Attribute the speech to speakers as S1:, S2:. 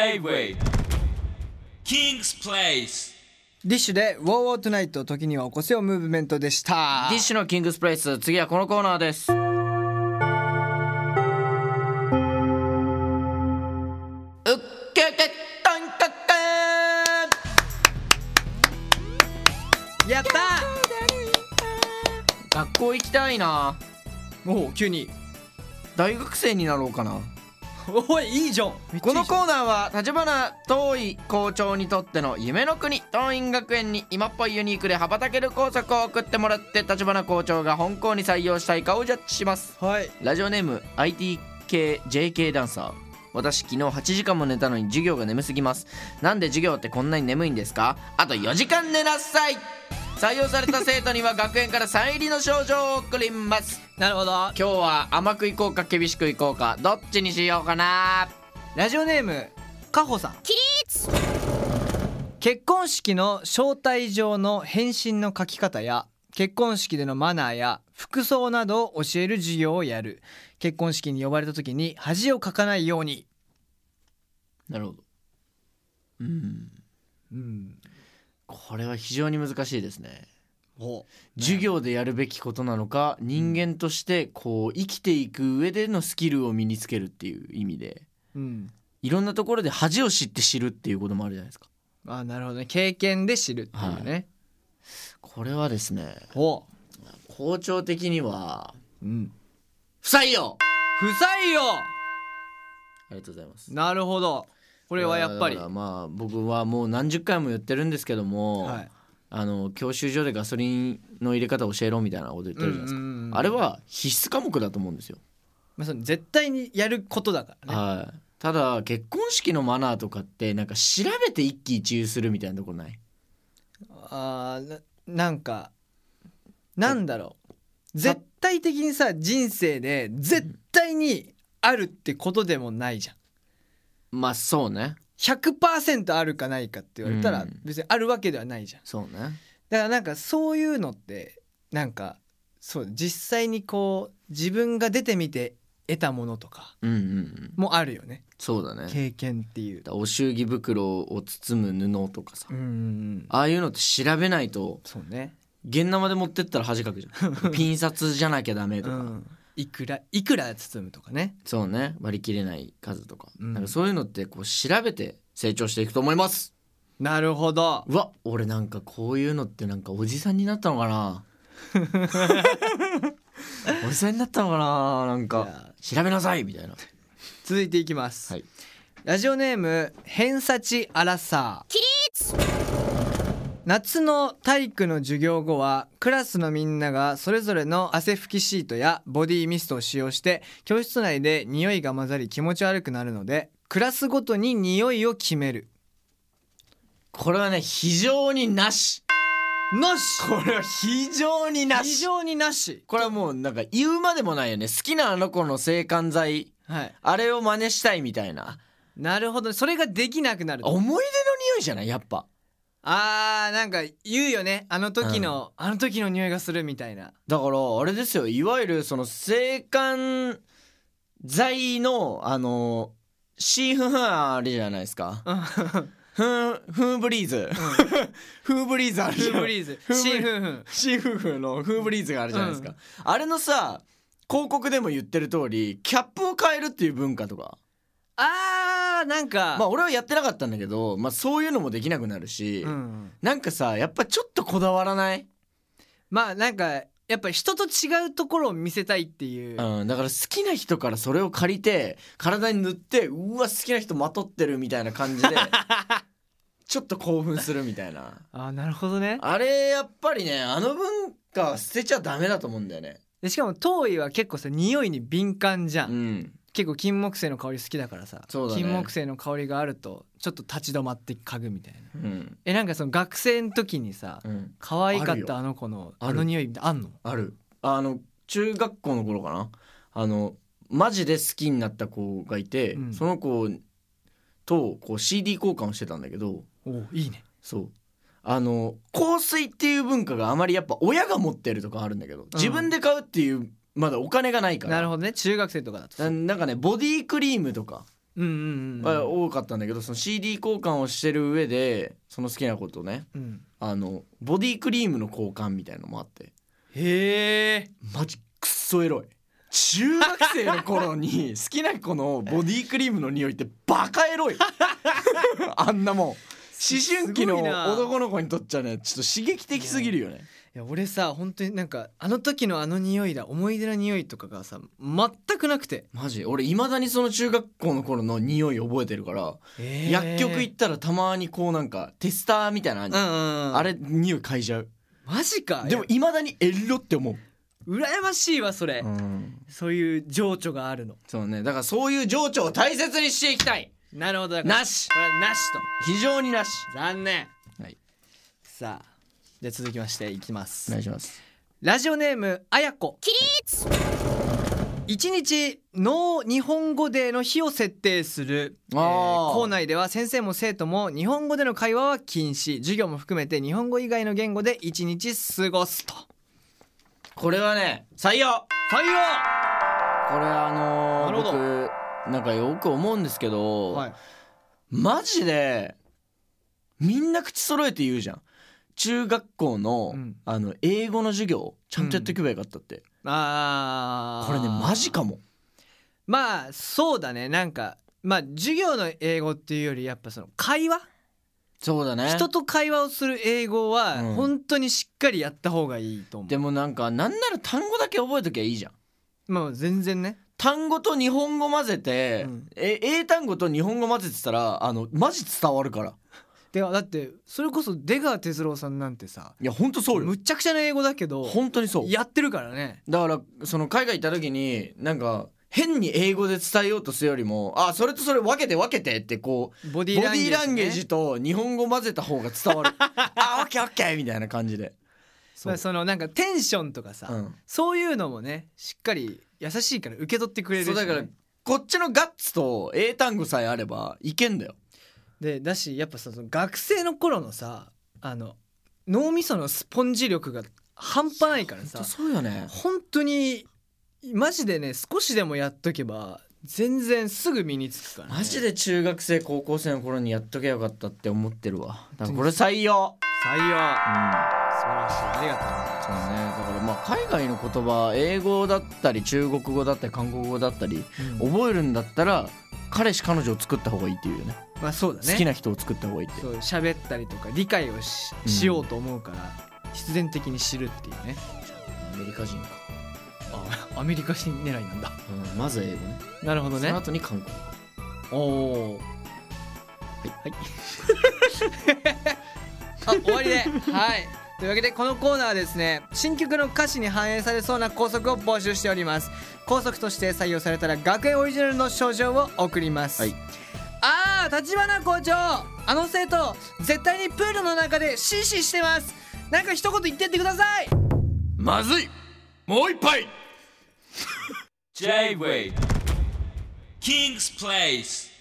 S1: J-Way King's Place
S2: ディッシュで「ウォーウォートゥナイト時には起こせよムーブメント」でした
S3: ディッシュのキングスプレイス次はこのコーナーですうっけけとんかく
S2: やった
S3: 学校行きたいな
S2: ーおお急に
S3: 大学生になろうかな
S2: おいいいじゃん
S3: このコーナーは立花遠い校長にとっての夢の国桐蔭学園に今っぽいユニークで羽ばたける工作を送ってもらって立花校長が本校に採用したいかをジャッジします
S2: はい
S3: ラジオネーム IT 系 JK ダンサー私昨日8時間も寝たのに授業が眠すぎますなんで授業ってこんなに眠いんですかあと4時間寝なさい採用された生徒には学園からサイン入りの賞状を送ります
S2: なるほど
S3: 今日は甘くいこうか厳しくいこうかどっちにしようかな
S2: ラジオネームかほさん結婚式の招待状の返信の書き方や結婚式でのマナーや服装などを教える授業をやる結婚式に呼ばれた時に恥をかかないように
S3: なるほどうん
S2: うん
S3: これは非常に難しいですね
S2: お
S3: 授業でやるべきことなのか人間としてこう生きていく上でのスキルを身につけるっていう意味で
S2: うん
S3: いろんなところで恥を知って知るっていうこともあるじゃないですか
S2: あなるほどね経験で知るっていうね、
S3: これはですね
S2: お
S3: 校長的には
S2: うん
S3: 不採用
S2: 不採用
S3: ありがとうございます
S2: なるほどこ
S3: こ
S2: れはやっぱり
S3: まあ僕はもう何十回も言ってるんですけども、
S2: はい
S3: あの教習所でガソリンの入れ方教えろみたいなこと言ってるじゃないですか、
S2: うんうんうん
S3: あれは必須科目だと思うんですよ、
S2: まあ、その絶対にやることだからね
S3: はいただ結婚式のマナーとかってなんか調べて一喜一憂するみたいなところない
S2: あーななんかなんだろう絶対的にさ人生で絶対にあるってことでもないじゃん
S3: まあそうね
S2: 100%あるかないかって言われた
S3: う
S2: ら
S3: ん
S2: 別にあるわけではないじゃん
S3: そうね
S2: だからなんかそういうのってなんかそう実際にこう自分が出てみて得たものとか
S3: うんうんうん
S2: もあるよね
S3: そうだね
S2: 経験っていう
S3: だお祝儀袋を包む布とかさ、
S2: うんうんうん
S3: ああいうのって調べないと
S2: そうね
S3: 現生で持ってったら恥かくじゃ んピン札じゃなきゃダメと
S2: う
S3: か、
S2: んいくらいくら包むとかね
S3: そうね割り切れない数とか,、
S2: うん
S3: なんかそういうのってこう調べて成長していくと思います
S2: なるほど
S3: うわ俺なんかこういうのってなんかおじさんになったのかな おじさんになったのかななん
S2: いや
S3: か調べなさいみたいな
S2: 続いていきます、
S3: はい
S2: ラジオネーム偏差値アラサー夏の体育の授業後はクラスのみんながそれぞれの汗拭きシートやボディミストを使用して教室内で匂いが混ざり気持ち悪くなるのでクラスごとに匂いを決める
S3: これはね非常になし
S2: なし
S3: これは非常にな
S2: 非
S3: し
S2: 常になし
S3: これはもうなんか言うまでもないよね好きなあの子の制汗剤
S2: はい
S3: あれを真似したいみたいな
S2: なるほどそれができなくなる
S3: 思い出の匂いじゃないやっぱ
S2: あーなんか言うよねあの時の、あの時の匂いがするみたいな
S3: だからあれですよいわゆるその制汗剤のあのシーフンフンあれじゃないですか
S2: うん
S3: フンフンブリー ズ、フーブリーズあるじ
S2: シー
S3: ゃ
S2: フ
S3: ん
S2: リーズ
S3: フーブリ
S2: シ
S3: ーズ
S2: ーフンフン
S3: シーフンフンのフーブリーズがあるじゃないですか、あれのさ広告でも言ってる通りキャップを変えるっていう文化とか
S2: あーなんか、
S3: まあ俺はやってなかったんだけど、まあ、そういうのもできなくなるし、
S2: うん、
S3: なんかさやっぱちょっとこだわらない、
S2: まあなんかやっぱ人と違うところを見せたいっていう、
S3: うん、だから好きな人からそれを借りて体に塗ってうわ好きな人まとってるみたいな感 じでちょっと興奮するみたいな
S2: あーなるほどね
S3: あれやっぱりねあの文化は捨てちゃダメだと思うんだよね
S2: でしかも遠いは結構さ匂いに敏感じゃ、
S3: うんん
S2: 結構金木犀の香り好きだからさ
S3: そうだね
S2: 金木犀の香りがあるとちょっと立ち止まって嗅ぐみたいな
S3: うん
S2: えなんかその学生の時にさ
S3: うん
S2: 可愛か
S3: あ
S2: っ
S3: るよ
S2: たあの子の
S3: あ
S2: あ
S3: る
S2: の匂いみたいなあんの
S3: あるあの中学校の頃かなあのマジで好きになった子がいて、
S2: うん
S3: その子とこう CD 交換をしてたんだけど
S2: おういいね
S3: そうあの香水っていう文化があまりやっぱ親が持ってるとかあるんだけど自分で買うっていうまだお金がないから、
S2: なるほどね中学生とかだと
S3: ななんかねボディクリームとか
S2: うんうんうん
S3: が多かったんだけどその CD 交換をしてる上でその好きなことね
S2: うん
S3: あのボディクリームの交換みたいのもあって
S2: へえ
S3: マジくっそエロい中学生の頃 に好きな子のボディクリームの匂いってバカエロ いあんなもん思春期の
S2: すごいな
S3: 男の子にとっちゃねちょっと刺激的すぎるよね
S2: いや俺さ本当になんかあの時のあの匂いだ思い出の匂いとかがさ全くなくて
S3: マジ俺いまだにその中学校の頃の匂い覚えてるから薬局行
S2: っ
S3: ったらたまにこうなんかテスターみたいなのあんじ
S2: う
S3: ゃ
S2: ん
S3: ん
S2: うんうん
S3: あれ匂い嗅いじゃう
S2: マジか
S3: でも
S2: い
S3: いまだにエロって思う、
S2: や羨ましいわそれ、そういう情緒があるの
S3: そうねだからそういう情緒を大切にしていきたい
S2: なるほどだから
S3: なし
S2: これはなしと
S3: 非常になし
S2: 残念
S3: はい
S2: さあじゃあ続きましていきます、
S3: いします
S2: ラジオネームあやこ起立一日ノー日本語デーの日を設定する、え
S3: あー
S2: ー校内では先生も生徒も日本語での会話は禁止授業も含めて日本語以外の言語で一日過ごすと
S3: これはね採用
S2: 採用
S3: これあの
S2: なるほ
S3: ー、僕なんかよく思うんですけど、
S2: はい
S3: マジでみんな口揃えて言うじゃん中学校の,、
S2: うん
S3: あの英語の授業ちゃんとやっておけばよかったって、
S2: あー
S3: これねマジかも
S2: まあそうだねなんかまあ授業の英語っていうよりやっぱその会話
S3: そうだね
S2: 人と会話をする英語は
S3: うん
S2: 本当にしっかりやった方がいいと思う、
S3: でもなんかなんなら単語だけ覚えときゃいいじゃん
S2: まあ全然ね
S3: 単語と日本語混ぜて、
S2: うん
S3: え英単語と日本語混ぜてたらあのマジ伝わるから
S2: でだってそれこそ出川哲朗さんなんてさ
S3: いやほんとそうよ
S2: むっちゃくちゃな英語だけど
S3: 本当にそう
S2: やってるからね
S3: だからその海外行った時になんか変に英語で伝えようとするよりもあそれとそれ分けて分けてってこう
S2: ボデ
S3: ボ
S2: ィー
S3: デ
S2: ランゲージ,、
S3: ィーランゲージと日本語混ぜた方が伝わ るあオッケーオッケーみたいな感じで
S2: まあそのなんかテンションとかさ、
S3: うん
S2: そういうのもねしっかり優しいから受け取ってくれるし
S3: そ
S2: ね、
S3: うだからこっちのガッツと英単語さえあればいけんだよ
S2: でだしやっぱさその学生の頃のさあの脳みそのスポンジ力が半端ないからさ
S3: ほんとそうよね
S2: 本当にマジでね少しでもやっとけば全然すぐ身につくから、ね、
S3: マジで中学生高校生の頃にやっとけばよかったって思ってるわだからこれ採用
S2: 採用
S3: うんそ
S2: 素晴らしいありがとうございます
S3: うねだからまあ海外の言葉英語だったり中国語だったり韓国語だったり
S2: うん
S3: 覚えるんだったら彼氏彼女を作った方がいいっていうよね
S2: まあそうだね
S3: 好きな人を作った方がいいって
S2: そう喋ったりとか理解をし
S3: うん
S2: しようと思うから、必然的に知るっていうね
S3: アメリカ人か、
S2: あアメリカ人狙いなんだ
S3: うん、まず英語ね
S2: なるほど
S3: そ
S2: ね
S3: の後に韓国語
S2: おおはい、 あ終わりではいというわけでこのコーナーはですね新曲の歌詞に反映されそうな校則を募集しております校則として採用されたら学園オリジナルの賞状を送ります、
S3: はい
S2: ああ立花校長あの生徒絶対にプールの中でシーシーしてますなんか一言言ってってください
S3: まずいもう一杯
S1: J-Way King's Place